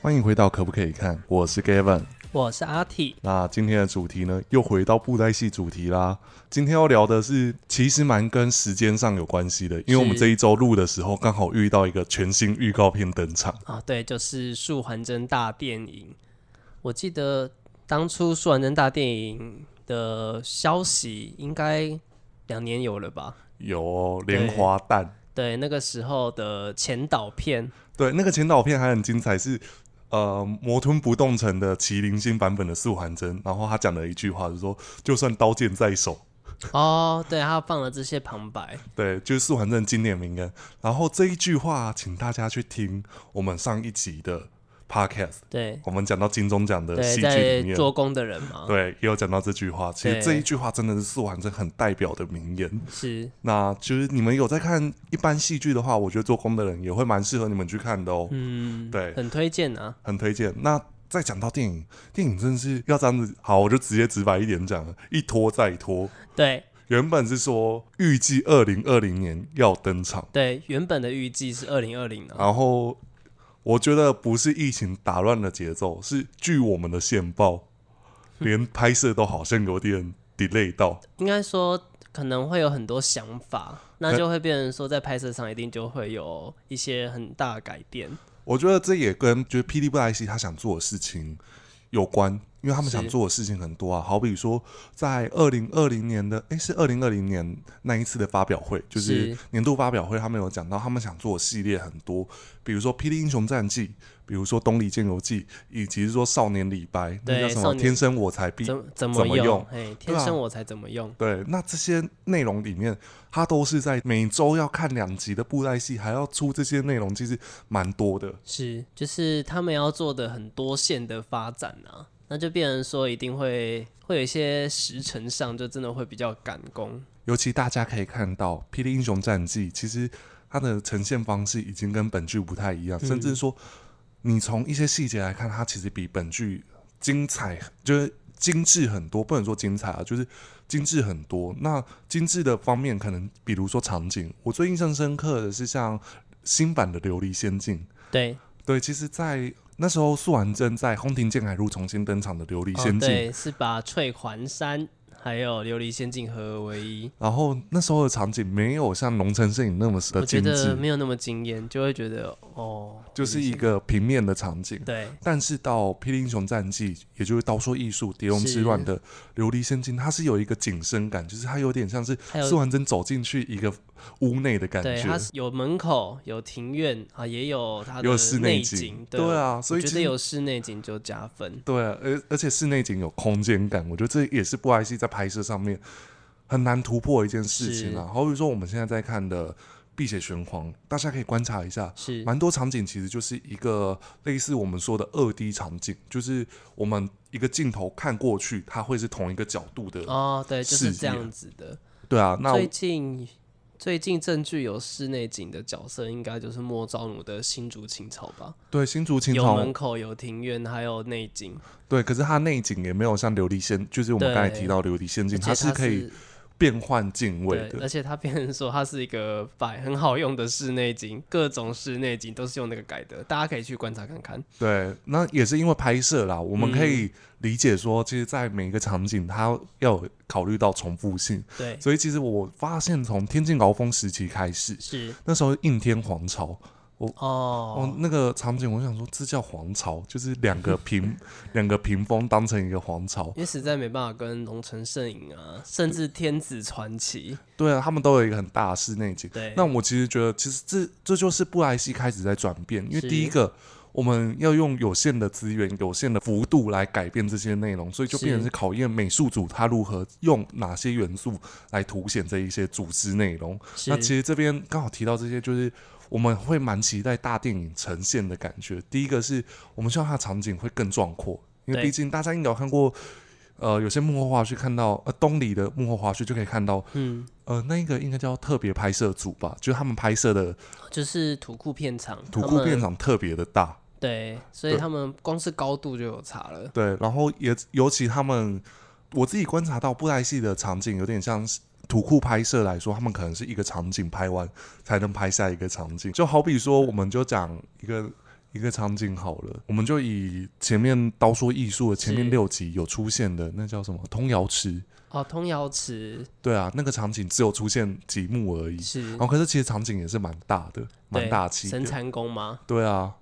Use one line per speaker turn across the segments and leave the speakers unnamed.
欢迎回到可不可以看？我是 Gavin。
我是阿 T，
那今天的主题呢，又回到布袋戏主题啦。今天要聊的是，其实蛮跟时间上有关系的，因为我们这一周录的时候，刚好遇到一个全新预告片登场。
啊，对，就是《素还真大电影》。我记得当初《素还真大电影》的消息应该两年有了吧？
有哦莲花蛋，
对，那个时候的前导片，
对，那个前导片还很精彩，是呃魔吞不动城的麒麟星版本的素还真，然后他讲了一句话，就是说就算刀剑在手，
哦，对，他放了这些旁白，
对，就是素还真经典名言。然后这一句话，请大家去听我们上一集的 podcast，
对
我们讲到金钟奖的
对，
呃戏
在
剧里面。
做工的人嘛，
对，也有讲到这句话。其实
对
这一句话真的是四环真很代表的名言。
是，
那就是你们有在看一般戏剧的话，我觉得做工的人也会蛮适合你们去看的哦，
嗯，
对
很推荐啊，
很推荐。那再讲到电影，电影真的是要这样子，好，我就直接直白一点讲了，一拖再拖。
对
原本是说预计二零二零年要登场，
对，原本的预计是二零二零啊，
然后我觉得不是疫情打乱了节奏，是据我们的线报，连拍摄都好像有点 delay 到。
应该说可能会有很多想法，
呃
那就会变成说在拍摄上一定就会有一些很大的改变。
我觉得这也跟就是霹雳布莱西他想做的事情有关，因为他们
是
想做的事情很多啊，好比说在二零二零年的诶，是二零二零年那一次的发表会，就是
是
年度发表会，他们有讲到他们想做的系列很多，比如说《霹雳英雄战记》，比如说《东离剑游记》，以及是说《少年李白》，那
对
叫什
少
么“
年
天生我材必
怎怎
怎
么
么用
用？哎，天
对啊
生我才怎么用？
对，那这些内容里面，它都是在每周要看两集的布袋戏，还要出这些内容，其实蛮多的。
是，就是他们要做的很多线的发展啊，那就变成说一定会会有一些时辰上就真的会比较赶工。
尤其大家可以看到，《霹雳英雄战记》其实它的呈现方式已经跟本剧不太一样，甚至说你从一些细节来看，它其实比本剧精彩，就是精致很多。不能说精彩啊，就是精致很多。那精致的方面，可能比如说场景，我最印象深刻的是像新版的《琉璃仙境》，
对，
对，其实，在那时候素还真在宫廷剑海路重新登场的《琉璃
哦
仙境》
对，是把翠环山还有琉璃仙境合而为一。
然后那时候的场景没有像《龙城摄影》那么
我
的
觉
精致，
得没有那么惊艳，就会觉得哦，
就是
琉璃
一
仙
个平面的场景。
对
但是到《霹雳英雄战记》，也就是刀说艺术《蝶龙之乱》的琉璃仙境，它是有一个景深感，就是它有点像是
还有
素还真走进去一个屋内的感
对，
觉
它，是有门口，有庭院啊，也有它的
有室内
内
景，
对
对
我
啊，所以
觉
其
得
实
有室内景就加分。
对啊，而而且室内景有空间感，我觉得这也是布莱希在拍摄上面很难突破的一件事情啊。好比说我们现在在看的《碧血玄黄》，大家可以观察一下，
是
蛮多场景其实就是一个类似我们说的二 D 场景，就是我们一个镜头看过去，它会是同一个角度的。
哦，对，就
视
是
野
这样子的。
对啊，那
最近最近正剧有室内景的角色，应该就是莫昭奴的新竹清朝吧？
对新竹清
有
朝
门口，有庭院，还有内景，
对，可是它内景也没有像琉璃仙，就是我们
对
刚才提到琉璃仙境，
而且它
是可以变换镜位
对，
的。
而且它变成说它是一个摆很好用的室内景，各种室内景都是用那个改的，大家可以去观察看看。
对，那也是因为拍摄啦，我们可以理解说，其实，在每一个场景，它要有考虑到重复性。
对，
所以，其实我发现，从天境鳌峰时期开始，
是
那时候应天皇朝，
哦，
哦，那个场景，我想说，这叫皇朝，就是两个屏，两个屏风当成一个皇朝。
因为实在没办法跟龙城圣影啊，甚至天子传奇，
对啊，他们都有一个很大的室内景。
对，
那我其实觉得，其实这这就是布莱希开始在转变，因为
是
第一个，我们要用有限的资源、有限的幅度来改变这些内容，所以就变成
是
是考验美术组他如何用哪些元素来凸显这一些组织内容。
是
那其实这边刚好提到这些，就是我们会蛮期待大电影呈现的感觉。第一个是我们希望它的场景会更壮阔，因为
对
毕竟大家应该有看过。呃，有些幕后花絮看到，呃，东里的幕后花絮就可以看到，
嗯，
呃，那一个应该叫特别拍摄组吧，就是他们拍摄的
就是土库片场，
土
他
库
们
片场特别的大，
对，所以
对
他们光是高度就有差了。
对，然后也尤其他们，我自己观察到布袋戏的场景有点像是土库拍摄来说，他们可能是一个场景拍完才能拍下一个场景，就好比说，我们就讲一个。一个场景好了，我们就以前面《刀说艺术》的前面
是
六集有出现的那叫什么通瑶池，
哦，通瑶池
对啊，那个场景只有出现几幕而已。
是
然后可是其实场景也是蛮大的，哦蛮
对
大气
神
的，
禅宫吗？
对啊。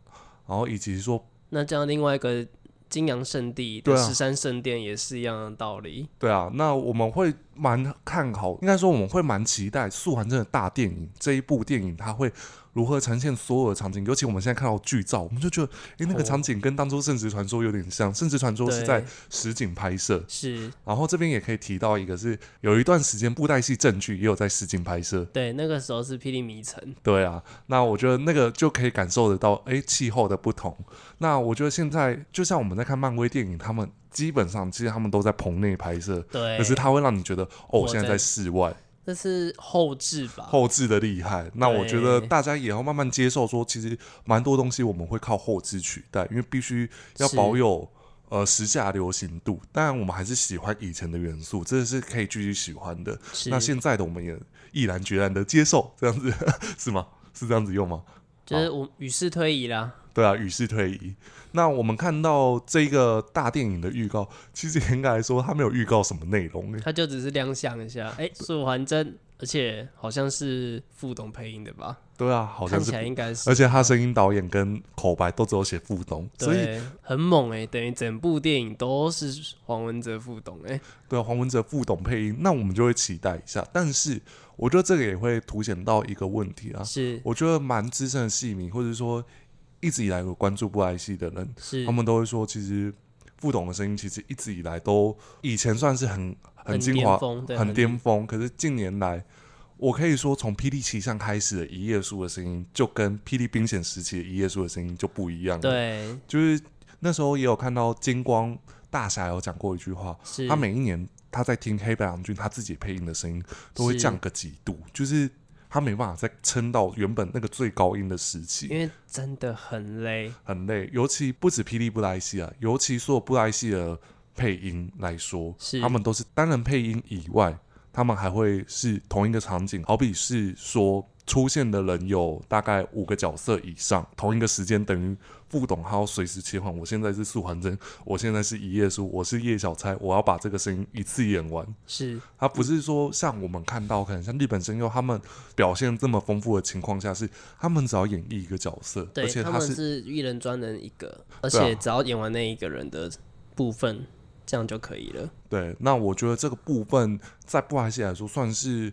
然后以及说，
那这样另外一个金阳圣地
对
的
啊
十三圣殿也是一样的道理。
对啊，那我们会蛮看好，应该说我们会蛮期待素还真的大电影这一部电影，它会如何呈现所有的场景？尤其我们现在看到剧照，我们就觉得，诶，那个
哦
场景跟当初《圣职传说》有点像，《圣职传说》是
对
在实景拍摄，
是
然后这边也可以提到一个是有一段时间布袋戏正剧也有在实景拍摄，
对，那个时候是霹雳迷城，
对啊，那我觉得那个就可以感受得到，诶，气候的不同。那我觉得现在就像我们在看漫威电影，他们基本上其实他们都在棚内拍摄，
对，
可是它会让你觉得哦，
我
现在
在啊
在室外，
那是后置吧？
后置的厉害。那我觉得
对
大家也要慢慢接受说，其实蛮多东西我们会靠后置取代，因为必须要
是
保有。呃，时下流行度，当然我们还是喜欢以前的元素，这是可以继续喜欢的。
是
那现在的我们也毅然决然的接受，这样子 是吗？是这样子用吗？
就是我与世推移啦，
对啊，与世推移。那我们看到这个大电影的预告，其实严格来说，它没有预告什么内容、欸。
他就只是亮相一下，哎、素还真，而且好像是副董配音的吧？
对啊，好像
看
是
起来应该是
而，且他声音、导演跟口白都只有写副董，所以
对，很猛哎、等于整部电影都是黄文哲副董哎、
对啊黄文哲副董配音，那我们就会期待一下。但是我觉得这个也会凸显到一个问题啊，
是
我觉得蛮资深的戏迷，或者说一直以来有关注布莱戏的人，
是
他，们都会说，其实副董的声音其实一直以来都以前算是很
很
精
巅
华、
峰对
很
很
巅峰，可是近年来。我可以说，从《霹雳奇象》开始的一页书的声音，就跟《霹雳兵险》时期的一页书的声音就不一样了。
对，
就是那时候也有看到金光大侠有讲过一句话，
是
他每一年他在听黑白郎君他自己配音的声音都会
是
降个几度，就是他没办法再撑到原本那个最高音的时
因
期，
为真的很累，
很累。尤其不止霹雳布莱希啊，尤其所有布莱希的配音来说
是，
他们都是单人配音以外，他们还会是同一个场景，好比是说。出现的人有大概五个角色以上，同一个时间等于副董他要随时切换。我现在是素还真，我现在是一页书，我是叶小钗，我要把这个声音一次演完。
是
他不是说像我们看到，可能像日本声优他们表现这么丰富的情况下是，他们只要演绎一个角色，而
对，
且
他
他
们
是
是一人专人一个，而
对啊
且只要演完那一个人的部分，这样就可以了。
对。那我觉得这个部分在布莱希来说，算是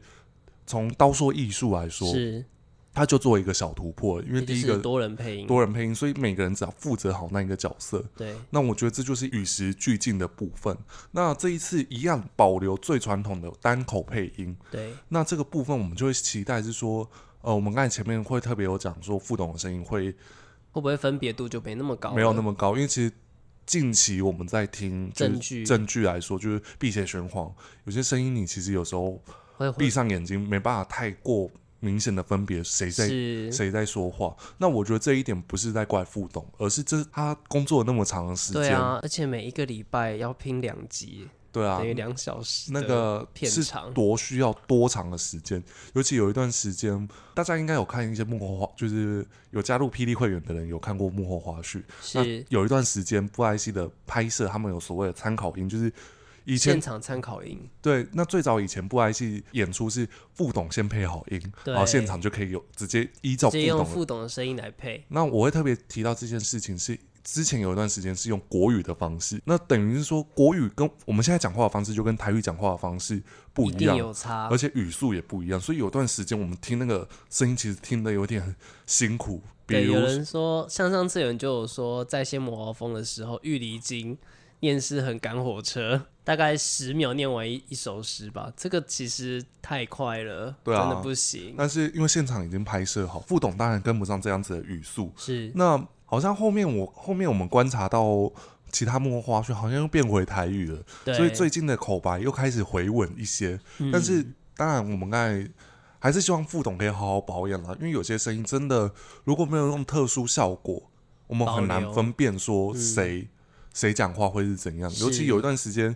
从刀说艺术来说，
是，
他就做一个小突破，因为
就
第一
是
个
多人配音，
多人配音，所以每个人只要负责好那一个角色，
对，
那我觉得这就是与时俱进的部分。那这一次一样保留最传统的单口配音，
对，
那这个部分我们就会期待是说，呃，我们刚才前面会特别有讲说副董的声音会
会不会分别度就没那么高？
没有那，么高，因为其实近期我们在听就是
证据
证据来说，就是辟邪玄黄，有些声音你其实有时候
会会
闭上眼睛没办法太过明显的分别谁在
是
谁在说话。那我觉得这一点不是在怪副董，而是这他工作了那么长的时间，
对啊，而且每一个礼拜要拼两集，
对啊
等于两小时
那
的
个
片
是
长
多需要多长的时间，尤其有一段时间，大家应该有看一些幕后花，就是有加入霹雳会员的人有看过幕后花絮。那
是
有一段时间，布莱希的拍摄，他们有所谓的参考音，就是以前
现场参考音，
对，那最早以前布莱希演出是副董先配好音，
对
然后现场就可以有直接依照
直
副
接用
董的。
副董的声音来配，
那我会特别提到这件事情是。之前有一段时间是用国语的方式，那等于是说国语跟我们现在讲话的方式就跟台语讲话的方式不
一
一
定
样，
有差
而，且语速也不一样，所以有段时间我们听那个声音，其实听得有点辛苦。比
对，
如
有人说，像上次有人就有说，在仙魔鳌峰的时候，玉离经念诗很赶火车，大概十秒念完一一首诗吧，这个其实太快了，
对啊
真的不行。
但是因为现场已经拍摄好，副董当然跟不上这样子的语速。
是
那好像后面我后面我们观察到其他幕后花絮，好像又变回台语了，
对，
所以最近的口白又开始回稳一些。
嗯
但是当然，我们刚才还是希望副董可以好好保养啦，因为有些声音真的如果没有用特殊效果，我们很
保
难
留嗯
分辨说谁谁讲话会是怎样。尤
是
其有一段时间，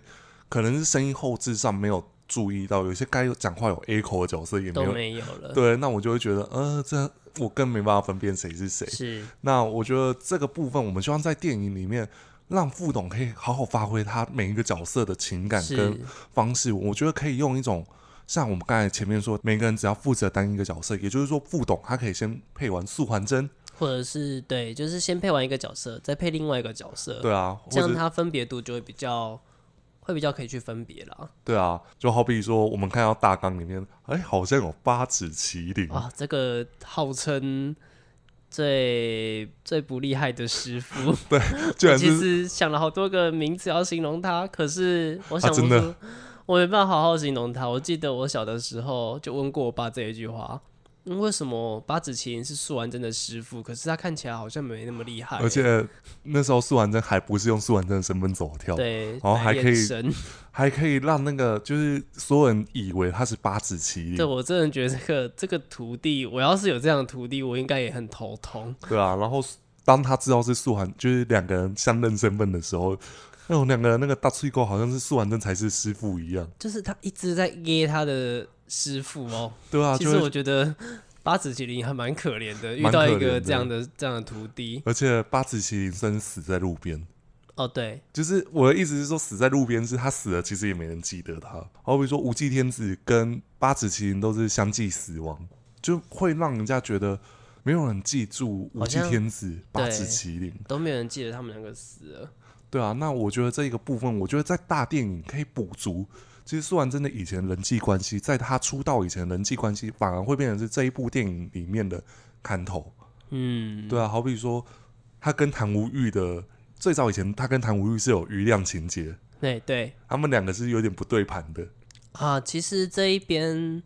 可能是声音后置上没有注意到，有些该有讲话有 A 口的角色也没
都
有。
没有了。
对，那我就会觉得，呃，这我更没办法分辨谁是谁。
是
那我觉得这个部分，我们希望在电影里面让副董可以好好发挥他每一个角色的情感跟
是
方式，我觉得可以用一种像我们刚才前面说，每个人只要负责单一个角色，也就是说副董他可以先配完素还真，
或者是对，就是先配完一个角色，再配另外一个角色，
对啊，
这
或
样
者
它分别度就会比较会比较可以去分别啦。
对啊，就好比说我们看到大纲里面，哎，好像有八指麒麟，
哇，这个号称最最不厉害的师傅，
居然
其
是
实想了好多个名字要形容他，可是我想不
啊真
出，
的
我没办法好好形容他。我记得我小的时候就问过我爸这一句话。嗯为什么八子麒麟是素完真的师傅？可是他看起来好像没那么厉害欸、
而且那时候素还真还不是用素还真的身份走跳，
对，
后
白
哦还
眼
可以
神
还可以让那个就是所有人以为他是八指麒
对
麟，
我真的觉得这个这个徒弟，我要是有这样的徒弟，我应该也很头痛。
对啊，然后当他知道是素还，就是两个人相认身份的时候，那种两个人那个大吹狗好像是素还真才是师傅一样，
就是他一直在噎他的师傅哦。
对啊，
其
就
实
会
我觉得 八子麒麟还蛮可怜的，遇
蛮
到
可
一个
怜
这样的这样的徒弟。
而且八指麒麟真死在路边。
哦，对，
就是我的意思是说，死在路边是他死了，其实也没人记得他。好比说无忌天子跟八指麒麟都是相继死亡，就会让人家觉得没有人记住无忌
好像
天子、八
对
指麒麟。
都没有人记得他们两个死了。
对啊，那我觉得这一个部分，我觉得在大电影可以补足。其实苏完真的以前人际关系，在他出道以前人际关系反而会变成是这一部电影里面的看头。
嗯，
对啊，好比说他跟谭无欲的最早以前，他跟谭无欲是有余量情节，
对哎对
他们两个是有点不对盘的。
啊，其实这一边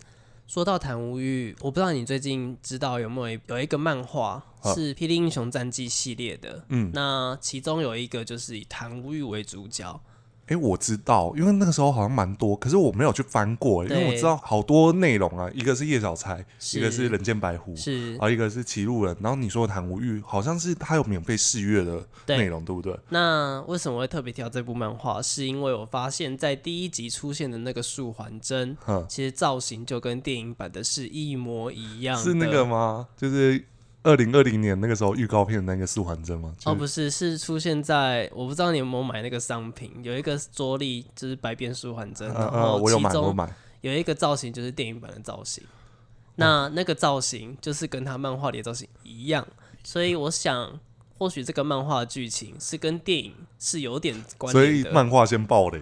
说到谭无欲，我不知道你最近知道有没有有一个漫画
啊
是《霹雳英雄战记》系列的。
嗯
那其中有一个就是以谭无欲为主角，
诶，我知道，因为那个时候好像蛮多，可是我没有去翻过，因为我
对
知道好多内容啊，一个是叶小钗，一个是啊
是
人见白狐，
是
然后一个是歧路人，然后你说的谭无欲好像是他有免费试阅的
对
内容，对不对？
那为什么会特别挑这部漫画？是因为我发现，在第一集出现的那个素还真，
哼，
其实造型就跟电影版的是一模一样的。
是那个吗？就是二零二零年那个时候预告片的那个素还真吗？就
哦，不是，是出现在我不知道你有没有买那个商品，有一个桌历就是百变素还真，
嗯
然
嗯，
后
我有
其
买，嗯我有
中
买，
有一个造型就是电影版的造型，那那个造型就是跟他漫画里的造型一样，所以我想。或许这个漫画的剧情是跟电影是有点关
所
联
以
的，
漫画先爆雷。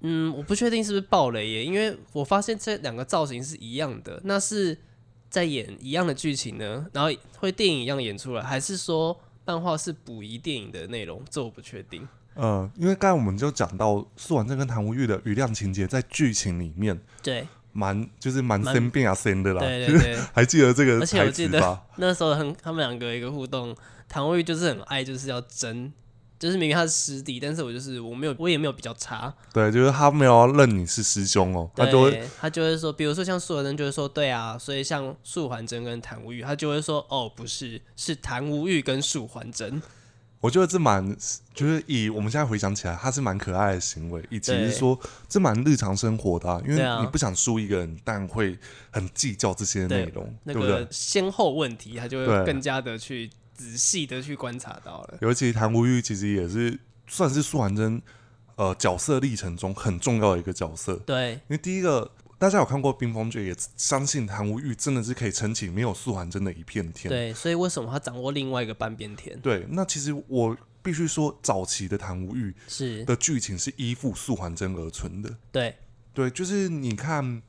嗯，我不确定是不是爆雷耶，因为我发现这两个造型是一样的，那是在演一样的剧情呢，然后会电影一样演出来，还是说漫画是补遗电影的内容？这我不确定。
嗯，因为刚才我们就讲到素还真跟谭无欲的余量情节在剧情里面
对
蛮就是蛮
蛮
生变啊生的啦，
对
就是
对对，
还记得这个
而且我
台
记
词
得
吧？
那时候很他们两个有一个互动，唐慧玉就是很爱，就是要争，就是明明他是师弟，但是我就是我没有我也没有比较差，
对，就是他没有要认你是师兄哦，他就会
对他就会说，比如说像素还真就会说对啊，所以像素还真跟谭无欲，他就会说哦不是，是谭无欲跟素还真，
我觉得这蛮，就是以我们现在回想起来，他是蛮可爱的行为，以及
对
是说这蛮日常生活的、啊，因为
对啊
你不想输一个人，但会很计较这些内容，
那
对不对
个？先后问题，他就
对
会更加的去仔细的去观察到了。
尤其谭无欲其实也是算是苏完真呃角色历程中很重要的一个角色，因
对，
为第一个。大家有看过《冰封诀》，也相信谭无欲真的是可以撑起没有素还真的一片天。
对，所以为什么他掌握另外一个半边天？
对，那其实我必须说，早期的谭无欲
是
的剧情是依附素还真而存的。
对，
对，就是你看，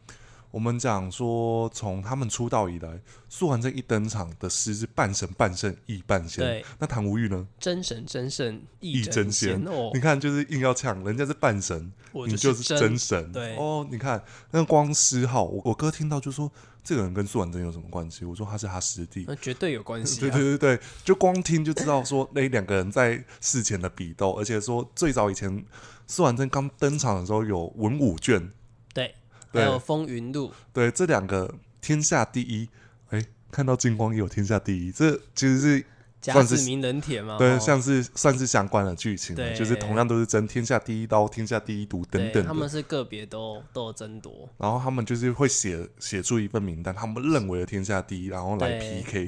我们讲说，从他们出道以来，素还真一登场的诗是半神半圣亦半仙。
对，
那唐无欲呢？
真神真圣
亦
亦真
仙
哦
你，看，就是硬要呛，人家是半神，
我
你
就是
真
真
神。
对
哦，你看那光诗号，我我哥听到就说，这个人跟素还真有什么关系？我说他是他师弟。
那绝对有关系、
对
啊。
对对对，就光听就知道说那两个人在事前的比斗，而且说最早以前苏婉珍刚登场的时候有文武卷，
对
对
还有风云录，
对这两个天下第一，哎，看到金光也有天下第一，这其实是
甲
算是
子名人铁嘛，
对，
哦
像是算是相关的剧情了，
对
就是同样都是争天下第一刀、天下第一毒等
对
等
他
的
们。是个别都都有争夺，
然后他们就是会写写出一份名单，他们认为的天下第一，然后来
对
PK，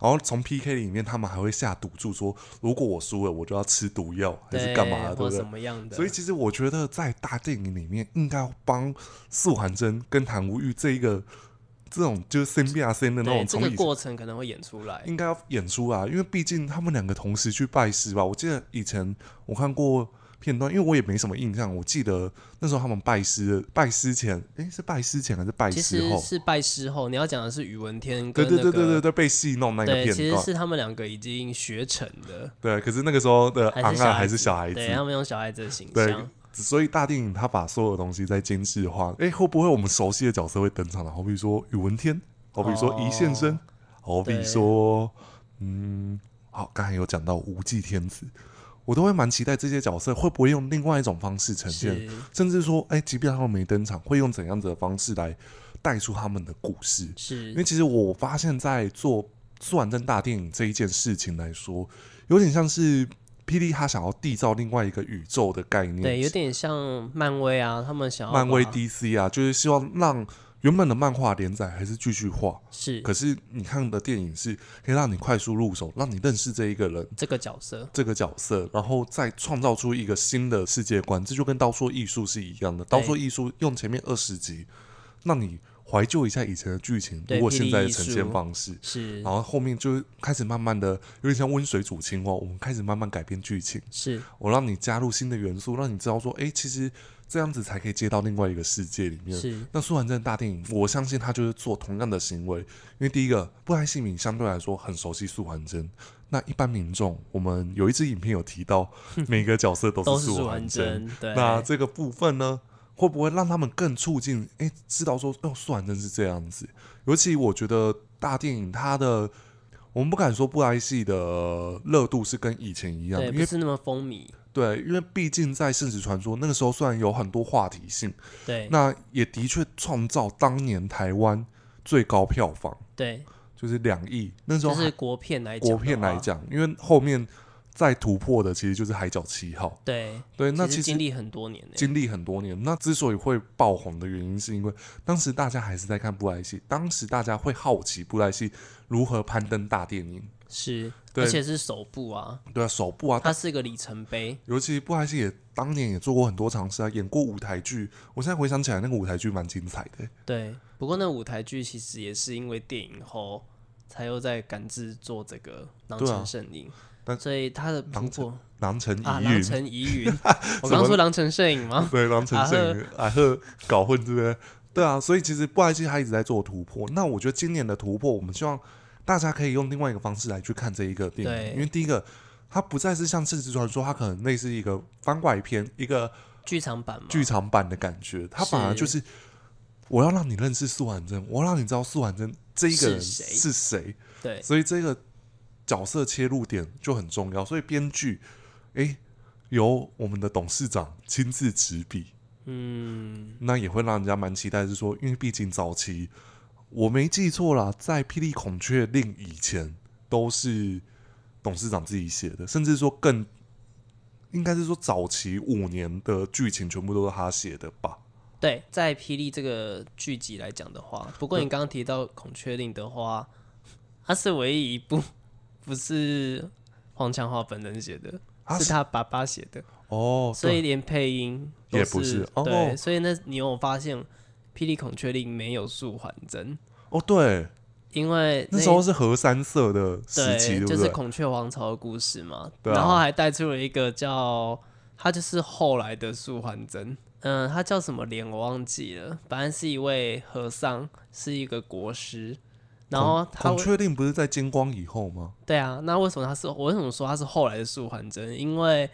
然后从 PK 里面他们还会下赌注说，如果我输了，我就要吃毒药还是干嘛的，对不
或者
对
什？么样的，
所以其实我觉得在大电影里面，应该帮素还真跟谭无欲这一个这种就是 C B R C 的那
对
种
这
从
个
以前。
过程可能会演出来，
应该要演出啊，因为毕竟他们两个同时去拜师吧。我记得以前我看过片段，因为我也没什么印象。我记得那时候他们拜师的，拜师前，诶，是拜师前还是拜
其
师
实
后？
是拜师后，你要讲的是宇文天
对对
跟那
对
个
对对对，被戏弄那个
对，
片
其实
段。
是他们两个已经学成的，
对，可是那个时候的
还
呃昂
是小
昂
孩
还是
子
小孩子，
对他们用小孩子的形
对
象，
所以大电影它把所有东西在精致化。诶，会不会我们熟悉的角色会登场了？好比说宇文天，好比说一线生，好比说，嗯，好，刚才有讲到无忌天子，我都会蛮期待这些角色会不会用另外一种方式呈现，
是
甚至说，诶，即便他们没登场，会用怎样子的方式来带出他们的故事？因为
是
其实我发现，在做《完战大电影》这一件事情来说，有点像是霹雳他想要缔造另外一个宇宙的概念，
对，有点像漫威啊，他们想要
漫威
把
DC 啊，就是希望让原本的漫画连载还是继续画，
是
可是你看的电影是可以让你快速入手，让你认识这一个人。
这个角色，
这个角色，然后再创造出一个新的世界观，这就跟刀说艺术是一样的。刀说艺术用前面二十集，让你怀旧一下以前的剧情，
对
如果现在的
霹雳艺
呈
术
现方式，
是
然后后面就开始慢慢的有点像温水煮青蛙，我们开始慢慢改变剧情，
是
我让你加入新的元素，让你知道说，诶，其实这样子才可以接到另外一个世界里面。
是
那苏完正大电影，我相信他就是做同样的行为，因为第一个，布莱希敏相对来说很熟悉素还真。那一般民众，我们有一支影片有提 到，每个角色都
都
是
是
素
素
还
还
真，
真，对，
那这个部分呢，会不会让他们更促进？哎，知道说哦，素还真是这样子。尤其我觉得大电影它的，我们不敢说布莱系的热度是跟以前一样，
对
因
不
为
是那么风靡，
对，因为毕竟在《圣职传说》那个时候，虽然有很多话题性，
对
那也的确创造当年台湾最高票房，
对，
就是两亿。那时候
就是国片来讲，
国片来，讲，因为后面再突破的其实就是《海角七号》。
对，
对，那其
实
实
经历很多年呢，
经历很多年。那之所以会爆红的原因，是因为当时大家还是在看布莱希，当时大家会好奇布莱希如何攀登大电影，
是，
对
而且是首部啊，
对啊，首部啊，
它是一个里程碑，
尤其布莱希也当年也做过很多尝试啊，演过舞台剧。我现在回想起来，那个舞台剧蛮精彩的、
对。不过那舞台剧其实也是因为电影后才又在赶制作这个《狼
对啊
城圣影
但》，
所以它的
狼
突破
狼城
啊，《
疑
狼
云》
城疑 云》，我刚刚说《狼城摄影》吗？
对，狼城摄影啊呵搞混，对不对？对啊，所以其实布莱希他一直在做突破。那我觉得今年的突破，我们希望大家可以用另外一个方式来去看这一个电
对
影，因为第一个，它不再是像《圣职传说》，它可能类似一个番外篇、一个
剧场版嘛，
剧场版的感觉，它反而就是我要让你认识素婉珍，我要让你知道素婉珍这一个人
是谁
是谁，
对，
所以这个角色切入点就很重要。所以编剧，诶，由我们的董事长亲自执笔。
嗯，
那也会让人家蛮期待，是说，因为毕竟早期我没记错啦，在《霹雳孔雀令》以前都是董事长自己写的，甚至说更应该是说早期五年的剧情全部都是他写的吧？
对，在《霹雳》这个剧集来讲的话，不过你刚刚提到《孔雀令》的话，它是唯一一部 不是黄强华本人写的，
啊
是
是
他爸爸写的，
哦，
所以
对
连配音都
也不是哦
对，所以那你有发现《霹雳孔雀令》没有素还真，
哦对，
因为
那时候是和三色的时期，对不
就
对？
是孔雀王朝的故事嘛。
对啊
然后还带出了一个叫他就是后来的素还真，嗯，他叫什么脸我忘记了，反正是一位和尚，是一个国师。然后他
孔
为
雀令不是在金光以后吗？
对啊，那为什么他是我为什么说他是后来的素还真？因为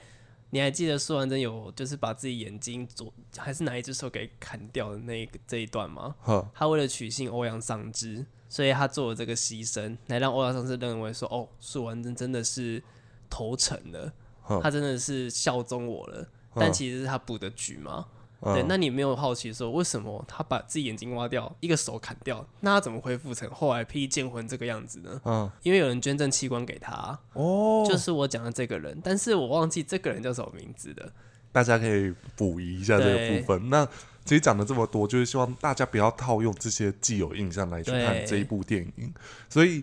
你还记得素还真有就是把自己眼睛左还是哪一只手给砍掉的那一个这一段吗？
呵，
他为了取信欧阳尚之，所以他做了这个牺牲，来让欧阳尚之认为说，哦，素还真真的是投诚了
哼，嗯
他真的是效忠我了。
哼
但其实是他布的局嘛，对，
嗯
那你有没有好奇说为什么他把自己眼睛挖掉，一个手砍掉，那他怎么恢复成后来披剑魂这个样子呢？
嗯
因为有人捐赠器官给他，
哦，
就是我讲的这个人，但是我忘记这个人叫什么名字的。
大家可以补一下这个部分。那其实讲了这么多，就是希望大家不要套用这些既有印象来去看
对
这一部电影，所以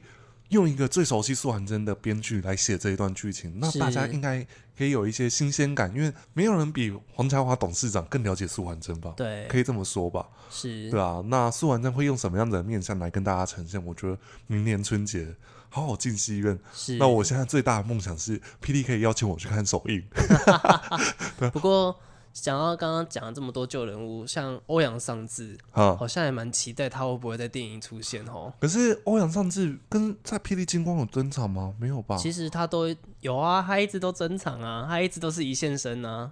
用一个最熟悉素还真的编剧来写这一段剧情，那
是
大家应该可以有一些新鲜感，因为没有人比黄家华董事长更了解素还真吧？
对，
可以这么说吧，
是
对啊。那素还真会用什么样的面向来跟大家呈现？我觉得明年春节好好进戏院。
是。
那我现在最大的梦想是，P D 可以邀请我去看首映。
不过讲到刚刚讲了这么多旧人物，像欧阳尚志，
啊，
好像也蛮期待他会不会在电影出现哦。
可是欧阳尚志跟在《霹雳金光》有登场吗？没有吧？
其实他都有啊，他一直都珍藏啊，他一直都是一线 生啊。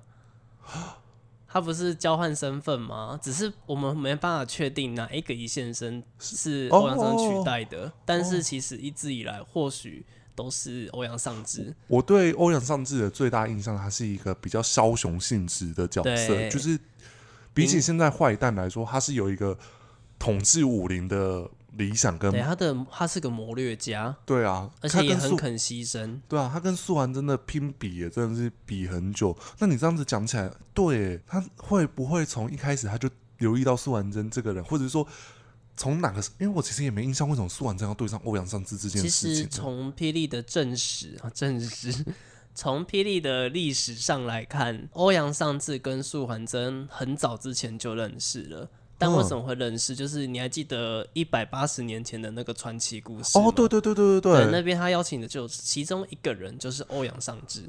他不是交换身份吗？只是我们没办法确定哪一个一线生是
哦
欧阳尚志取代的，但是其实一直以来或许都是欧阳尚志。
我对欧阳尚志的最大印象，他是一个比较枭雄性质的角色，
对
就是比起现在坏蛋来说，他是有一个统治武林的理想跟
对，他的他是个谋略家，
对啊，
而
他
且也
跟
很
素
肯牺牲。
对啊，他跟素涵真的拼比也真的是比很久。那你这样子讲起来，对耶他会不会从一开始他就留意到素涵真这个人，或者说从哪个？因为我其实也没印象，为什么素涵真要对上欧阳尚志这件
其
事
实
情呢。
从霹雳的正史啊，正史，从霹雳的历史上来看，欧阳尚志跟素还真很早之前就认识了。但
嗯
为什么会认识？就是你还记得一百八十年前的那个传奇故事吗
哦，对对对对
对
对，
那边他邀请的就其中一个人就是欧阳尚志。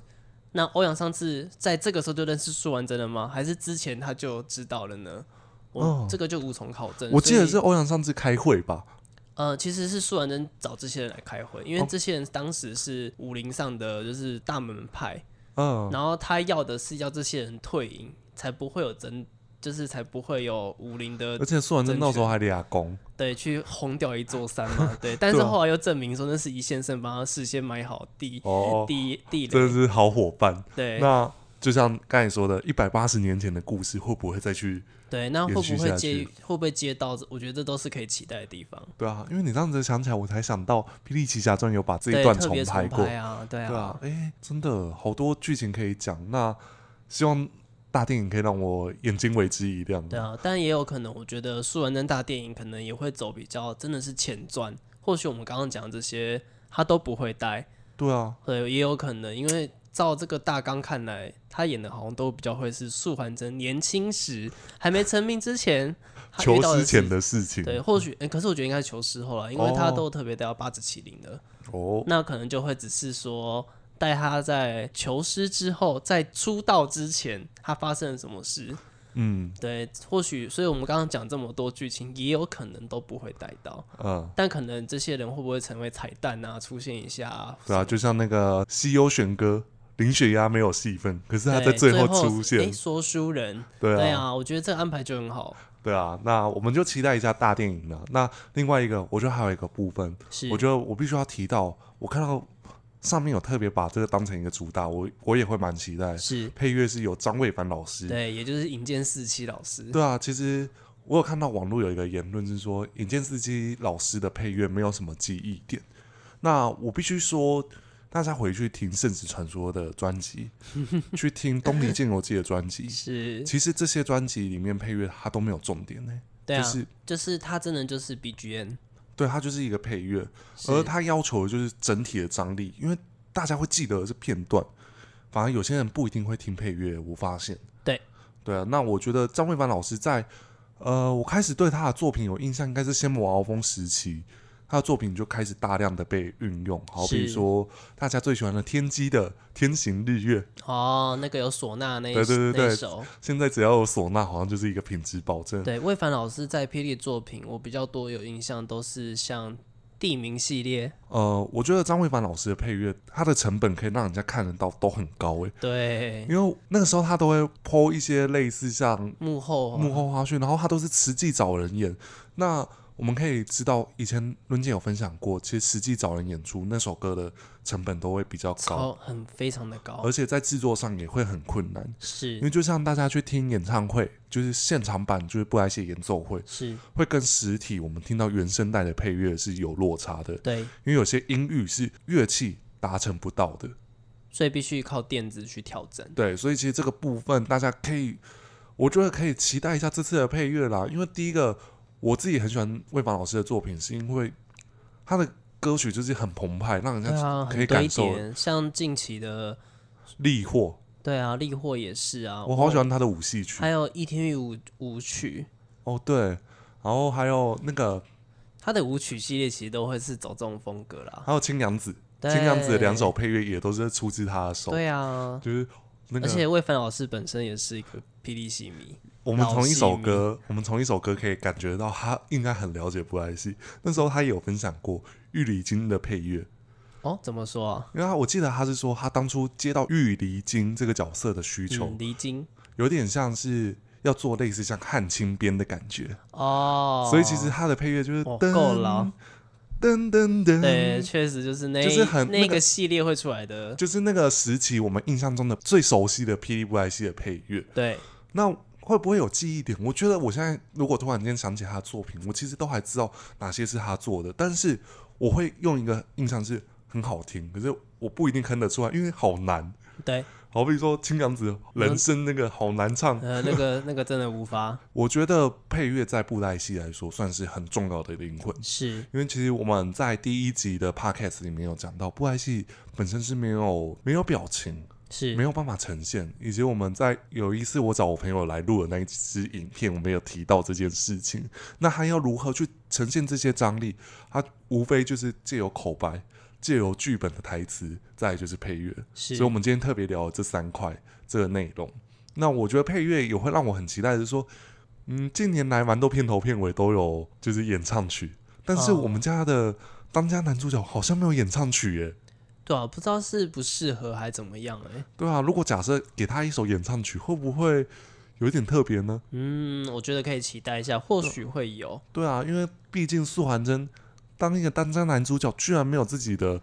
那欧阳尚志在这个时候就认识素还真了吗？还是之前他就知道了呢？我、
哦
这个就无从考证。
我记
所
得
以
是欧阳尚志开会吧？
呃，其实是素还真找这些人来开会，因
哦
为这些人当时是武林上的就是大门派，
嗯，
然后他要的是要这些人退隐，才不会有争，就是才不会有武林的
而且素涵真那时候还俩公，
对去轰掉一座山嘛，对。但是
啊
后来又证明说那是一先生帮他事先买好地
哦，
地地哎
真
雷
的，是好伙伴。
对
那就像刚才说的，一百八十年前的故事会不会再去？
对。那会
延续
不会
下
接
去
会不会接到？我觉得这都是可以期待的地方。
对啊，因为你这样子想起来，我才想到《霹雳奇侠传》有把这一
对，
段
特别
排
重
过。
拍啊，对
对
啊
啊，，哎、真的好多剧情可以讲。那希望大电影可以让我眼睛为之一亮。
对啊，但也有可能，我觉得《素人灯》大电影可能也会走比较真的是前传，或许我们刚刚讲的这些他都不会带，
对啊，
对，也有可能，因为照这个大纲看来，他演的好像都比较会是素还真年轻时还没成名之前，他遇
求
到
师
的
前
是。
的事情。
对，或许、诶可是我觉得应该是求师后了，因为他
哦
都特别带到八子麒麟的，
哦，
那可能就会只是说带他在求师之后，在出道之前他发生了什么事，
嗯
对，或许，所以我们刚刚讲这么多剧情，也有可能都不会带到，
嗯，
但可能这些人会不会成为彩蛋啊，出现一下、啊？
对啊，就像那个西优选歌，林雪丫没有戏份，可是她在
对最
后出现
诶。说书人，
对
对
啊，
啊，我觉得这个安排就很好，
对啊，那我们就期待一下大电影了。那另外一个，我觉得还有一个部分，
是，
我觉得我必须要提到，我看到上面有特别把这个当成一个主打，我我也会蛮期待。
是，
配乐是由张卫凡老师，
对，也就是引荐四期老师，
对啊，其实我有看到网络有一个言论是说，尹健司机老师的配乐没有什么记忆点。那我必须说，大家回去听《圣子传说》的专 辑，去听东篱剑游记的专辑，
是，
其实这些专辑里面配乐它都没有重点呢、欸
对啊，
就是
就是他真的就是 BGM，
对，它就是一个配乐，
是
而它要求的就是整体的张力，因为大家会记得的是片段，反而有些人不一定会听配乐，我发现。
对，
对啊，那我觉得张惠凡老师在呃，我开始对他的作品有印象，应该是《仙魔鳌峰》时期，他的作品就开始大量的被运用，好比
是
说大家最喜欢的天机的《天行日月》，
哦，那个有唢呐那一
对对对
那
对
一首，
现在只要有唢呐，好像就是一个品质保证。
对，魏凡老师在霹雳作品，我比较多有印象都是像地名系列，
呃，我觉得张惠凡老师的配乐，他的成本可以让人家看得到都很高诶、欸
对，
因为那个时候他都会剖一些类似像
幕后啊、
幕后花絮，然后他都是实际找人演。那我们可以知道，以前伦姐有分享过，其实实际找人演出那首歌的成本都会比较高，
超很非常的高
而，且在制作上也会很困难。因
是
为就像大家去听演唱会，就是现场版，就是布莱希演奏会，
是，
会跟实体我们听到原声带的配乐是有落差的，因
对，
为有些音域是乐器达成不到的。
所以必须靠电子去挑战。
对，所以其实这个部分大家可以，我觉得可以期待一下这次的配乐啦。因为第一个，我自己很喜欢魏凡老师的作品，是因为他的歌曲就是很澎湃，让人
对啊，
家可以
很
感
堆
受
叠，像近期的，
力获。
对啊，力获也是啊，
我好喜欢他的舞戏曲
还有《一天与舞舞曲》，
哦，对，然后还有那个
它的舞曲系列其实都会是走这种风格啦。
还有青阳子，
对
青阳子的两首配乐也都是出自他的手，
对啊，
就是那
而
个。
且魏凡老师本身也是一个霹雳戏迷，
我们从一首
老戏迷
歌，我们从一首歌可以感觉到他应该很了解布莱希。那时候他也有分享过《玉里经》的配乐，
哦，怎么说啊？
因为他我记得他是说，他当初接到玉离经这个角色的需求，
嗯，离经
有点像是要做类似像汉青编的感觉，
哦，
所以其实他的配乐就是
哦
噔
够了啊
噔噔噔，
对，确实就是那
就是很那
那
个
个系列会出来的，
就是那个时期我们印象中的最熟悉的霹雳布莱希的配乐。
对，
那会不会有记忆点？我觉得我现在如果突然间想起他的作品，我其实都还知道哪些是他做的，但是我会用一个印象是很好听，可是我不一定哼得出来，因为好难。
对，
好比说青阳子人生那个好难唱，
呃，那个那个真的无法
我觉得配乐在布袋戏来说算是很重要的灵魂。
是
因为其实我们在第一集的 podcast 里面有讲到，布袋戏本身是没有没有表情，没
是
有办法呈现。以及我们在有一次我找我朋友来录的那一支影片，我们有提到这件事情。那他要如何去呈现这些张力？他无非就是借由口白，借由剧本的台词，再来就是配乐。所以我
是
们今天特别聊了这三块这个内容。那我觉得配乐也会让我很期待，就是说，嗯，近年来蛮多片头片尾都有就是演唱曲，但是
哦
我们家的当家男主角好像没有演唱曲耶。
对啊，不知道是不适合还怎么样哎、
对啊，如果假设给他一首演唱曲，会不会有一点特别呢？
嗯，我觉得可以期待一下，或许会有，
对啊，因为毕竟素还真当一个当家男主角，居然没有自己的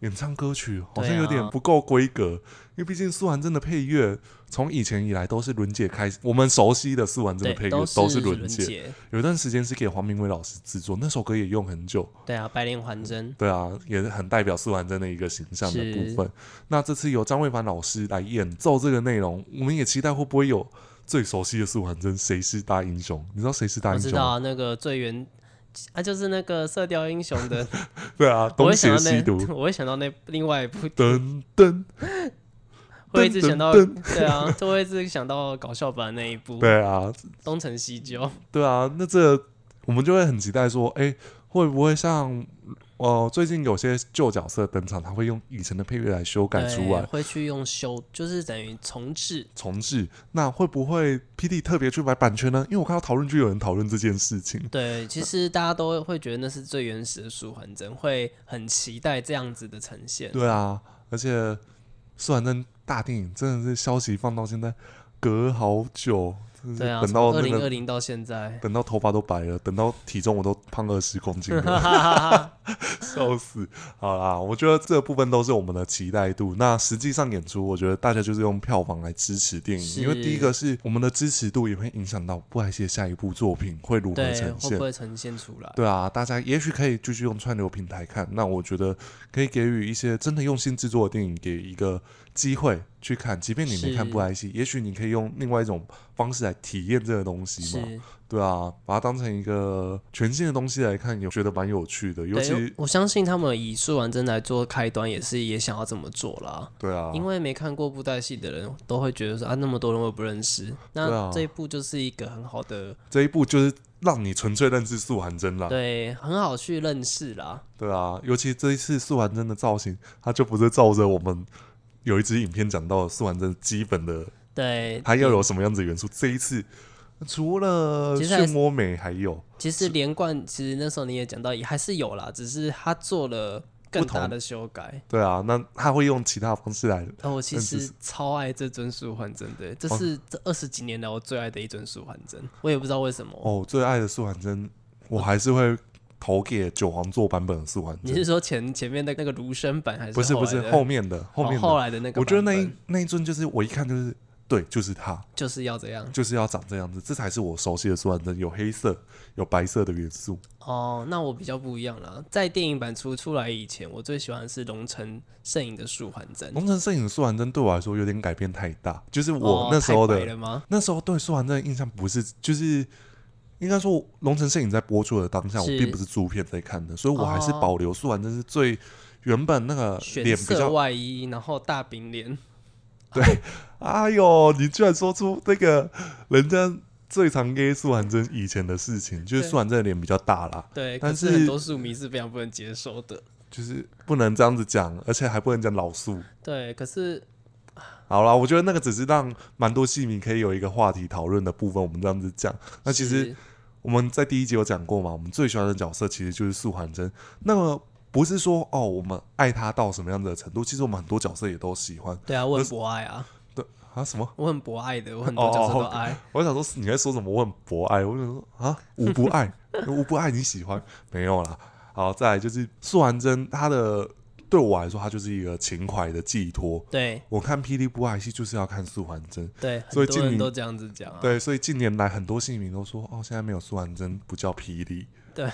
演唱歌曲，好
啊
像有点不够规格。因为毕竟素还真的配乐，从以前以来都是伦姐开始，我们熟悉的素还真
对
的配，乐
都
都是
轮
伦姐。，有一段时间是给黄明威老师制作，那首歌也用很久。
对啊，白莲还真
对啊，也很代表素还真的一个形象的部
是
分。那这次由张卫凡老师来演奏这个内容，我们也期待会不会有最熟悉的素还真，谁是大英雄？你知道谁是大
我
英
知
雄
道
吗？
啊那个最原。啊，就是那个《射雕英雄》 的，
对啊，
我
东
会想
邪
到
西毒，
那，我会想到那另外一部，
噔噔，
会一直想到，
噔
对啊，就会一直想到搞笑版那一部《
对啊，
东成西就》。
对啊，那这我们就会很期待说，哎、会不会像呃最近有些旧角色登场，他会用以前的配乐来修改
对
出来
会去用修，就是等于重置。
重置？那会不会 P D 特别去买版权呢？因为我看到讨论区有人讨论这件事情，
对，其实大家都会觉得那是最原始的舒缓针，会很期待这样子的呈现。
对啊，而且虽然那大电影真的是消息放到现在隔好久，真的
对
是
啊，
等到
二
那
零
个，
二。零到现在
等到头发都白了，等到体重我都胖二十公斤了，笑死！好啦，我觉得这部分都是我们的期待度。那实际上演出，我觉得大家就是用票房来支持电影，
是
因为第一个是我们的支持度也会影响到布莱希的下一部作品会如何
对，
呈
会
现
不。会呈现出来？
对啊，大家也许可以继续用串流平台看。那我觉得可以给予一些真的用心制作的电影给一个机会去看，即便你没看
是
布莱希，也许你可以用另外一种方式来体验这个东西嘛。
是，
对啊，把它当成一个全新的东西来看，也觉得蛮有趣的。尤
对，
其
我我相信他们以舒完针来做开端，也是也想要这么做啦。
对啊，
因为没看过布袋戏的人都会觉得说啊，那么多人我也不认识，
对
那
啊
这一部就是一个很好的，
这一部就是让你纯粹认识素还真啦，
对，很好去认识啦。
对啊，尤其这一次素还真的造型，它就不是照着我们有一支影片讲到的素还真基本的，
对，
它要有什么样子的元素。这一次除了
其实还
漩
是
涡美，还有
其实连贯，其实那时候你也讲到，也还是有啦，只是他做了更大的修改。
对啊，那他会用其他方式来，
呃，我其
但哦只
实超爱这尊舒缓针的，这
哦
是这二十几年来我最爱的一尊舒缓针，我也不知道为什么。
哦，最爱的素还真，我还是会投给九皇座版本的四环
你
真。
是说前前面那个卢生版还是
不是不是
来的
后面的后面
哦
的，
后来的那个版本？
我觉得那一那一尊就是我一看就是对，就是他，
就是要这样
就是要长这样子，这才是我熟悉的苏完真，有黑色有白色的元素。
哦。那我比较不一样啦，在电影版出出来以前，我最喜欢的是龙城摄影的树环针。
龙城摄影的苏完真对我来说有点改变太大，就是哦我那时候
哦
的、
太白了吗？
那时候对苏完真的印象不是就是。应该说，龙城摄影在播出的当下，我
是
并不是租片在看的，所以我还是
哦
保留苏完真是最原本那个
玄
脸比
色
较。
外衣，然后大饼脸，
哎呦，你居然说出那个人家最常给苏完真以前的事情，就是
对
苏完真的脸比较大啦，
对，
但
可是
是
很多宿迷是非常不能接受的。
就是不能这样子讲，而且还不能讲老苏。
对，可是
好啦，我觉得那个只是让蛮多戏迷可以有一个话题讨论的部分，我们这样子讲。那其实
是
我们在第一集有讲过嘛，我们最喜欢的角色其实就是素还真。那么不是说哦，我们爱他到什么样子的程度，其实我们很多角色也都喜欢。
对啊，我很博爱啊，
对啊，什么？
我很博爱的，我很多
哦
角色都爱。
我想说你在说什么？我很博爱，我想说啊，无不爱，无不爱你喜欢没有啦。好，再来就是素还真，他的对我来说，他就是一个情怀的寄托。
对
我看《霹雳布爱戏》就是要看素还真，
对，
所以
很
静
多人
宁
都这样子讲啊。
对，所以近年来很多戏迷都说，哦，现在没有苏完真不叫霹雳，
对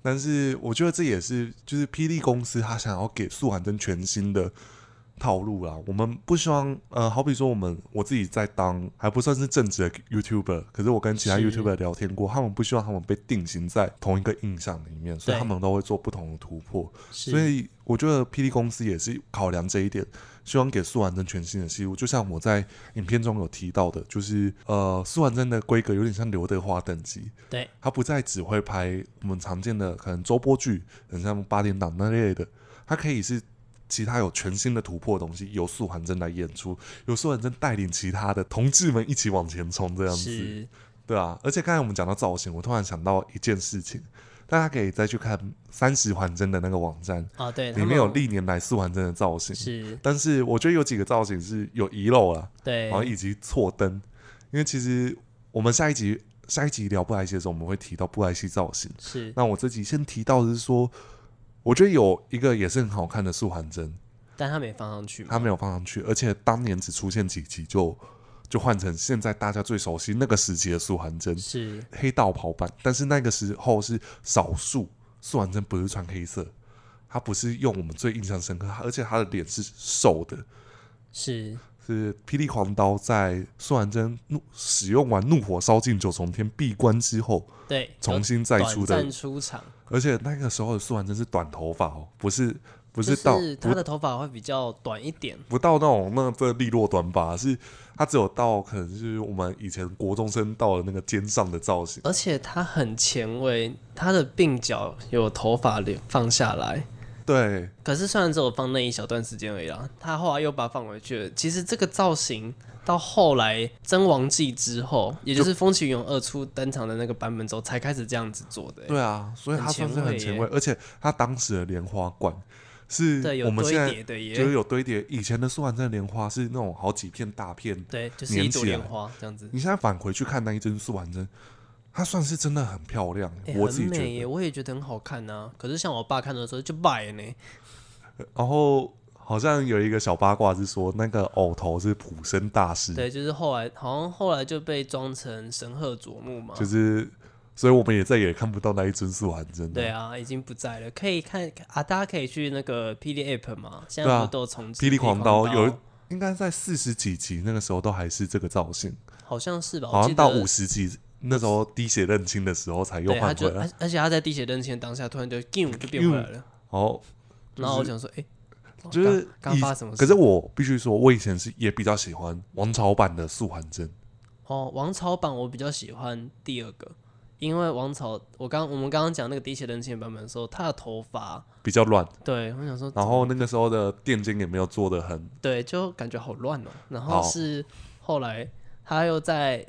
但是我觉得这也是就是霹雳公司他想要给苏完真全新的套路啦。我们不希望，呃，好比说我们我自己在当还不算是正职的 YouTuber，可是我跟其他
是
YouTuber 聊天过，他们不希望他们被定型在同一个印象里面，所以
对
他们都会做不同的突破。所
是，
以我觉得霹雳公司也是考量这一点，希望给苏完真全新的戏路。就像我在影片中有提到的，就是呃，苏完真的规格有点像刘德华等级，
对
他不再只会拍我们常见的可能周播剧，很像八点档那类的，他可以是。其他有全新的突破的东西，由素还真来演出，由素还真带领其他的同志们一起往前冲，这样子。
是
对啊，而且刚才我们讲到造型，我突然想到一件事情，大家可以再去看三十环真的那个网站，
啊，对，他
里面
们
有历年来素还真的造型，
是
但是我觉得有几个造型是有遗漏了，
对
然后以及错灯，因为其实我们下一集下一集聊布莱希的时候，我们会提到布莱希造型。
是，
那我这集先提到的是说，我觉得有一个也是很好看的素还真，
但他没放上去嘛。
它没有放上去，而且当年只出现几集就就换成现在大家最熟悉那个时期的素还真。
是
黑道跑版，但是那个时候是少数素还真不是穿黑色，他不是用我们最印象深刻，而且他的脸是瘦的，
是，
是霹雳狂刀在素还真怒使用完怒火烧尽九重天闭关之后
对，
重
有
新再出
短
的
暂，出场，
而且那个时候的素还真是短头发哦，不是不
就是
到
他
不
的头发会比较短一点。
不到那种那这利落短发，是他只有到可能是我们以前国中生到的那个肩上的造型。
而且他很前卫，他的鬓角有头发留放下来，
对，
可是虽然只有放那一小段时间而已啦，他后来又把它放回去了。其实这个造型到后来《真王记》之后，也就是《风起云涌二》出登场的那个版本之后，才开始这样子做的、欸。
对啊，所以
很
他算
前
是很
卫
前
耶
卫，而且他当时的莲花冠是
对，有
我们现
堆
在
叠的
就是
耶。
有堆叠，以前的苏完真的莲花是那种好几片大片，
对，就是
粘
一朵
起来
莲花这样子。
你现在返回去看那一帧苏完真，它算是真的很漂亮，
欸
我
很
自己觉
美耶，
得。
我也觉得很好看呐、可是像我爸看的时候就败呢，
然后好像有一个小八卦是说，那个偶头是普生大师，
对，就是后来好像后来就被装成神鹤佐木嘛，
就是，所以我们也再也看不到那一尊素还真
对
的。
啊，已经不在了。可以看啊，大家可以去那个霹雳 app 嘛，现
对
在
啊
不都有重置
霹雳狂刀有一
刀
应该在四十几集那个时候都还是这个造型，
好像是吧？
好
我
像
哦记
到
得
五十集那时候滴血认亲的时候才又
对，他
换
就哎
回来
而。而且他在滴血认亲的当下，突然就 g 就变回来了。
哦，
然后我想说，哎、
就是
刚刚
以
发什么事？
可是我必须说，我以前是也比较喜欢王朝版的素还真。
哦，王朝版我比较喜欢第二个，因为王朝我刚我们刚刚讲那个滴血认亲的版本的时候，他的头发，
比较乱，
对我想说，
然后那个时候的垫肩也没有做的很，
对，就感觉好乱哦、然
好
后是后来他又在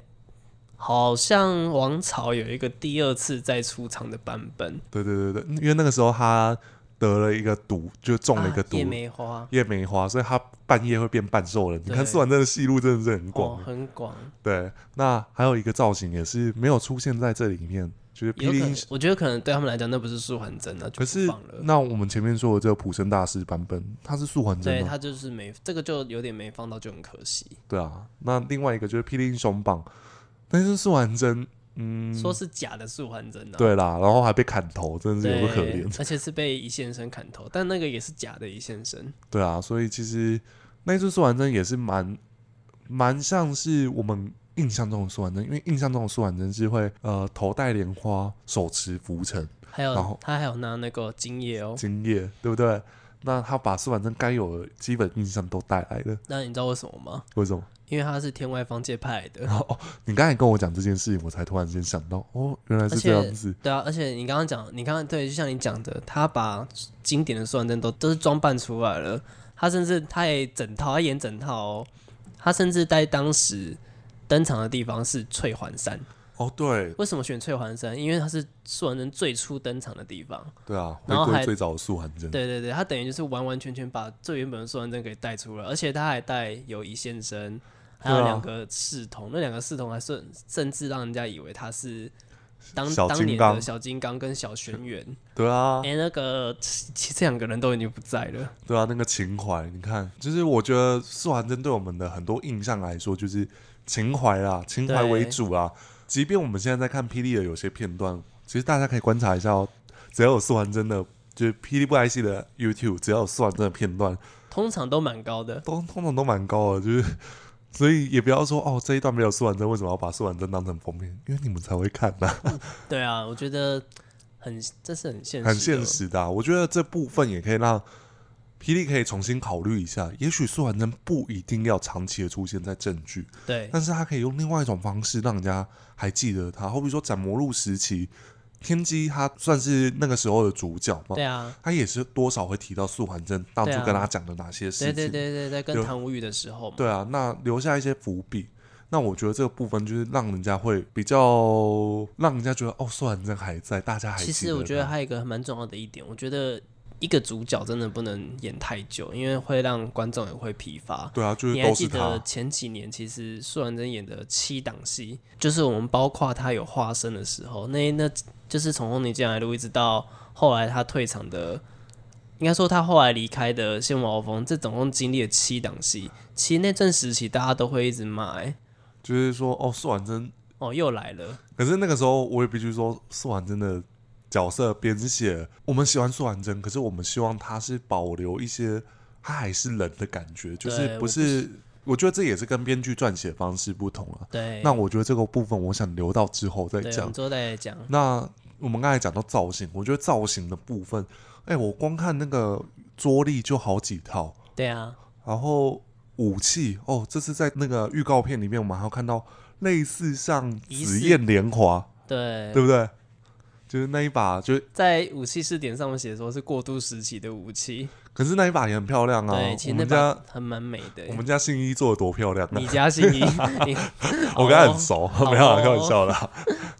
好像王朝有一个第二次再出场的版本，
对对对对，因为那个时候他得了一个毒，就中了一个
啊
毒，
夜梅花，
夜梅花，所以他半夜会变半兽人。你看
对
四环真的戏路真的是很
哦，
广，欸
很广，
对。那还有一个造型也是没有出现在这里面，就是
有
霹
可
雳
能
英雄。，
我觉得可能对他们来讲，那不是舒缓针啊，就
可是
不放了。
那我们前面说的这个普生大师版本，他是素还真
对
吗？
他就是没这个就有点没放到，就很可惜。
对啊。那另外一个就是霹雳英雄榜，但是素还真，嗯，
说是假的素还真啊，
对啦，然后还被砍头，真的是
对，
有个可怜。
而且是被一线生砍头，但那个也是假的一线生。
对啊，所以其实那一次苏完真也是蛮蛮像是我们印象中的苏完真，因为印象中的苏完真是会呃头戴莲花，手持拂尘
还
然后
有他还有拿那个金叶哦，
金叶，对不对？那他把苏完真该有的基本印象都带来了，
那你知道为什么吗？
为什么？
因为他是天外方界派来的。
然后哦，你刚才跟我讲这件事情，我才突然间想到，哦，原来是这
而且
样子，
对啊，而且你刚刚讲，你刚刚对，就像你讲的，他把经典的素还真都都是装扮出来了，他甚至他也整套，他演整套哦，他甚至在当时登场的地方是翠环山。
哦，对
为什么选翠环山？因为它是素还真最初登场的地方。
对啊，回
然后
归
还
最早的素还真，
对对对，他等于就是完完全全把最原本的素还真给带出来，而且他还带友谊先生，还有
对啊
两个侍童，那两个侍童还甚甚至让人家以为他是当
小
当
金
年
刚
的小金刚跟小轩辕。
对啊
哎、，那个其其实这两个人都已经不在了，
对啊，那个情怀，你看，就是我觉得素还真对我们的很多印象来说，就是情怀啦，情怀为主啊。即便我们现在在看霹雳的有些片段，其实大家可以观察一下哦，只要有素还真的，就是霹雳不爱戏的 YouTube，只要有素还真的片段，
通常都蛮高的。
都通常都蛮高的，就是。 所以也不要说哦，这一段没有素还真，为什么要把素还真当成封面？因为你们才会看 呐、
对啊，我觉得很这是很现实，
很现。实的啊、我觉得这部分也可以让霹雳可以重新考虑一下，也许素还真不一定要长期的出现在正剧，
对，
但是他可以用另外一种方式让人家还记得他。好比说斩魔录时期，天机他算是那个时候的主角嘛，
对啊，
他也是多少会提到素还真当初
对啊
跟他讲的哪些事
对
情，
对对对对，跟
有
唐无语的时候嘛，
对啊，那留下一些伏笔。那我觉得这个部分就是让人家会比较让人家觉得哦，素还真还在，大家还
其
记
实我觉得
他
还有一个蛮重要的一点，我觉得一个主角真的不能演太久，因为会让观众也会疲乏。
对啊，就是
你还
都是
记得
他，
前几年，其实素还真演的七档戏，就是我们包括他有化身的时候，那那就是从《红泥进来路》一直到后来他退场的，应该说他后来离开的《仙魔鳌峰》，这总共经历了七档戏。其实那阵时期，大家都会一直骂、欸，
就是说哦，素还真
哦，又来了，
可是那个时候，我也必须说，素还真的角色编写，我们喜欢素还真，可是我们希望他是保留一些他还是人的感觉，就是
对
不是？我觉得这也是跟编剧撰写方式不同啊。
对，
那我觉得这个部分，我想留到之后再
对，我
讲
们。之后再来讲。
那我们刚才讲到造型，我觉得造型的部分，哎、我光看那个桌历就好几套，
对啊，
然后武器哦，这次在那个预告片里面，我们还要看到类似像
疑
紫
似
焰莲华，
对，
对不对？就是那一把，就是
在武器试点上面写说是过渡时期的武器，
可是那一把也很漂亮啊。
对，其
我
实那
们
把
家
很蛮美的
我。们家信一做的多漂亮啊
你！家信一，你
我跟他很熟，
哦
没有啊啦，开玩笑啦，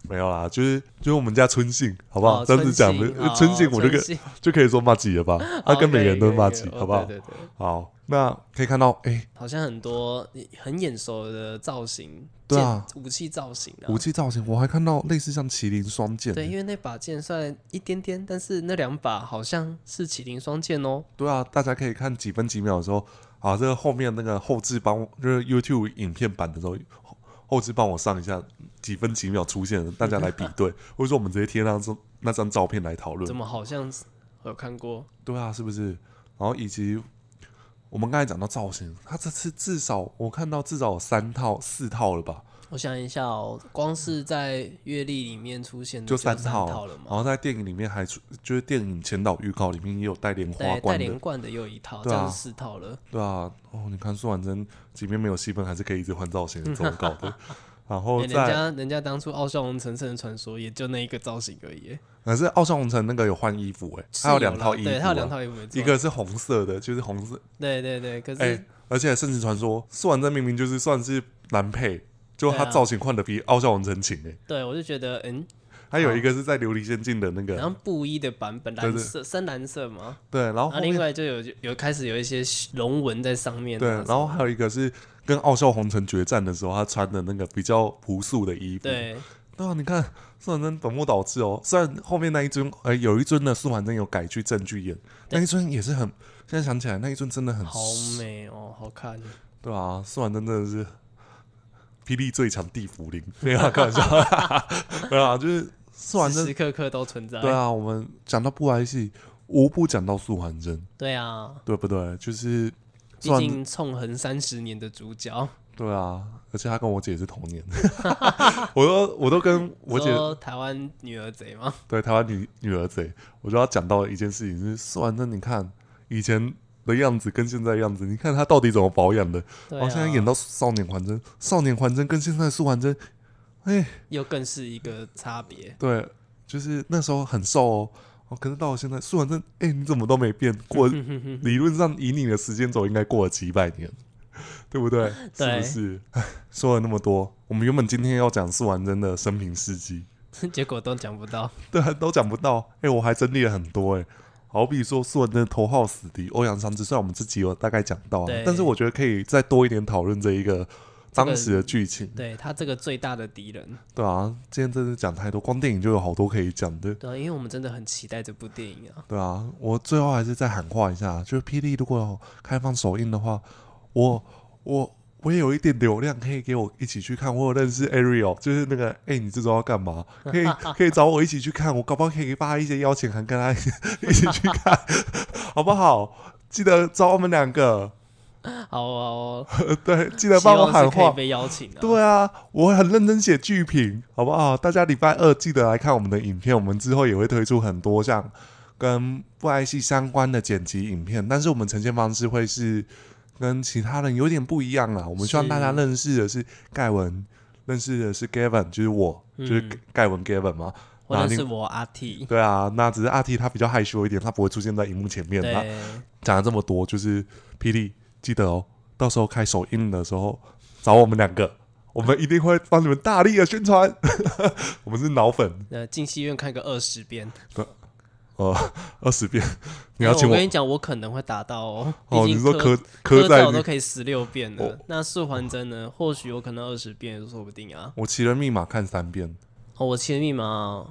没有啦，就是就是我们家春信，好不好？
哦
这样子讲
春信
的
哦
春信，我就
春
跟
信
就可以说骂几了吧？他
哦
跟每个人都
可以
骂
可以
几，
可以
好不
哦
好？
对对对，
好，那可以看到，哎，
好像很多很眼熟的造型，
对啊
剑，武器造型啊
武，器造型，我还看到类似像麒麟双剑，
对，因为那把剑虽然一点点，但是那两把好像是麒麟双剑哦，
对啊，大家可以看几分几秒的时候啊，这个后面那个后置帮我就是 YouTube 影片版的时候，后后置帮我上一下几分几秒出现的，大家来比 对，或者说我们直接贴那张那张照片来讨
怎
论。
么好像是我有看过？
对啊，是不是？然后以及我们刚才讲到造型，他这次至少我看到至少有三套四套了吧，
我想一下哦，光是在阅历里面出现的
就
三
三套。啊
了嘛
然，后在电影里面还出，就是电影前导预告里面也有带莲花
对，带
冠的
连，冠的又有一套，
对
这
啊
样是四套了。
对啊，哦，你看苏婉珍，即便没有戏份，还是可以一直换造型，很糟糕的。然 后
欸
再、
人家人家当初《傲笑龙城圣人传说》也就那一个造型而已欸，
可是奥尚红城那个有换衣服哎、
是
他有
有
两套
啦
衣服、啊
对，他有两，套衣服，没错
一个是红色的，就是红色
对对对，可是、
哎、而且甚至传说苏婉珍明明就是算是男配，就他
对啊
造型换的比奥尚红城勤哎、
对我就觉得，嗯，
还有一个是在琉璃仙境的那
然后
个，
布衣的版本，
对对
蓝色、深蓝色嘛，
对，然后
然后
哦后
另
面
外就有有开始有一些龙纹在上面啊，
对，然后还有一个是跟奥校红尘决战的时候，他穿的那个比较朴素的衣服，
对
对啊，你看素还真本末倒置哦。虽然后面那一尊，呃，有一尊的素还真有改去正剧演，那一尊也是很，现在想起来那一尊真的很，
好美哦，好看。
对啊，素还真真的是霹雳最强地府灵，没有啊开玩笑， 对啊，就是素还
时
真，
时刻刻都存在。
对啊，我们讲到布莱戏，无不讲到素还真，
对啊，
对不对？就是
毕
素还真，
竟纵横三十年的主角，
对啊，而且他跟我姐是同年， 我都我都跟我姐
说台湾女儿贼吗？
对台湾女女儿贼，我就要讲到一件事情，就是苏完真，你看以前的样子跟现在的样子，你看她到底怎么保养的？
对
然
啊，
后现在演到少年还真，少年还真跟现在的苏完真，哎、
又更是一个差别。
对，就是那时候很瘦哦，哦，可是到了现在，苏完真，哎、你怎么都没变？过理论上以你的时间轴，应该过了几百年。对不对？是
对
不是？ 唉说了那么多，我们原本今天要讲苏完真的生平事迹，
结果都讲不到，
对啊，都讲不到。哎、我还整理了很多哎、好比说素人的头号死敌欧阳桑之，虽然我们自己有大概讲到、啊
对，
但是我觉得可以再多一点讨论这一个当
个
时的剧情，
对他这个最大的敌人，
对啊，今天真的讲太多，光电影就有好多可以讲的。
对啊，因为我们真的很期待这部电影啊，
对啊，我最后还是再喊话一下，就是霹雳如果有开放首映的话，我我我也有一点流量，可以给我一起去看。我有认识 Ariel，就是那个哎、你这周要干嘛？可 以可以找我一起去看，我搞不好可以发一些邀请函，跟他一 起一起去看， 好不好？记得找我们两个，
好哦，
呃对，记
希
得帮我
望
喊
是可以
话。
被邀请啊，
对啊，我很认真写剧评，好不好？大家礼拜二记得来看我们的影片，我们之后也会推出很多像跟不爱系相关的剪辑影片，但是我们呈现方式会是跟其他人有点不一样啊啦。我们希望
是
大家认识的是盖文，认识的是 Gavin，就是我，就是
嗯
盖文 Gavin 嘛。
或
哪
者
里
是我阿 T，
对啊，那只是阿 T 他比较害羞一点，他不会出现在荧幕前面。他
对，
讲了这么多，就是霹雳，记得哦，到时候开首映的时候找我们两个，我们一定会帮你们大力的宣传。 我们是脑粉，
呃，进戏院看个二十遍，
呃，二十遍，你要
哎
请
我
我
跟你讲，我可能会达到哦，
哦，
毕
你
竟
说
柯
磕
科
磕在
照
那
都可以十六遍了
哦，
那素还真呢？或许有可能二十遍也说不定啊。
我奇人密码看三遍，
哦，我签密码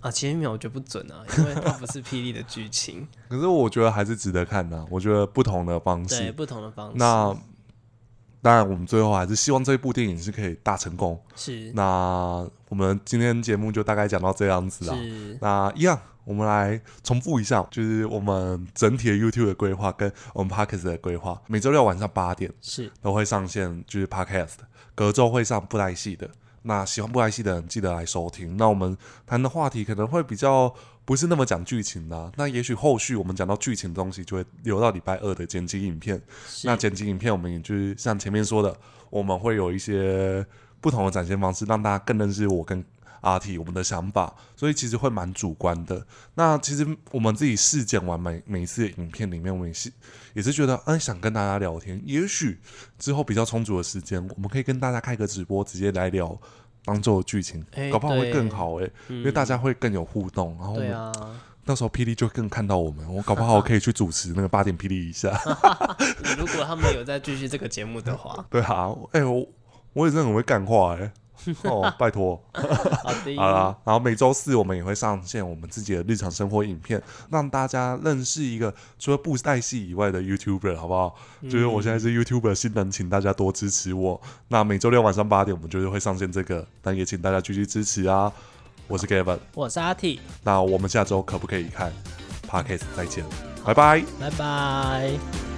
啊，签密码我觉得不准啊，因为它不是霹雳的 剧情，
可是我觉得还是值得看的、啊我觉得不同的方
对，
式。
不同的方式。
那当然，我们最后还是希望这部电影是可以大成功。
是
那我们今天节目就大概讲到这样子啊啦。
是
那一样，我们来重复一下，就是我们整体的 YouTube 的规划跟我们 Podcast 的规划。每周六晚上八点
是，
都会上线，就是 Podcast，隔周会上布袋戏的。那喜欢布袋戏的人，记得来收听。那我们谈的话题可能会比较不是那么讲剧情啦、那也许后续我们讲到剧情的东西，就会留到礼拜二的剪辑影片。
是
那剪辑影片，我们也就是像前面说的，我们会有一些不同的展现方式，让大家更认识我跟阿 T 我们的想法，所以其实会蛮主观的。那其实我们自己试剪完每每一次的影片里面，我们也是也是觉得，嗯，想跟大家聊天。也许之后比较充足的时间，我们可以跟大家开个直播，直接来聊当周的剧情，
哎
搞不好会
对
更好哎、因为大家会更有互动，然后我
对
们
啊，
到时候霹雳就更看到我们，我搞不好我可以去主持那个八点霹雳一下。，
如果他们有在继续这个节目的话
对啊，哎、我我也是很会干话哎、哦，拜托，
好的，
好啦，然后每周四我们也会上线我们自己的日常生活影片，让大家认识一个除了布袋戏以外的 YouTuber，好不好？就是我现在是 YouTuber 新人，请大家多支持我。那每周六晚上八点，我们就是会上线这个，但也请大家继续支持啊！我是 Gavin，
我是阿 T，
那我们下周可不可以看 Podcast 再见，拜拜。
拜拜。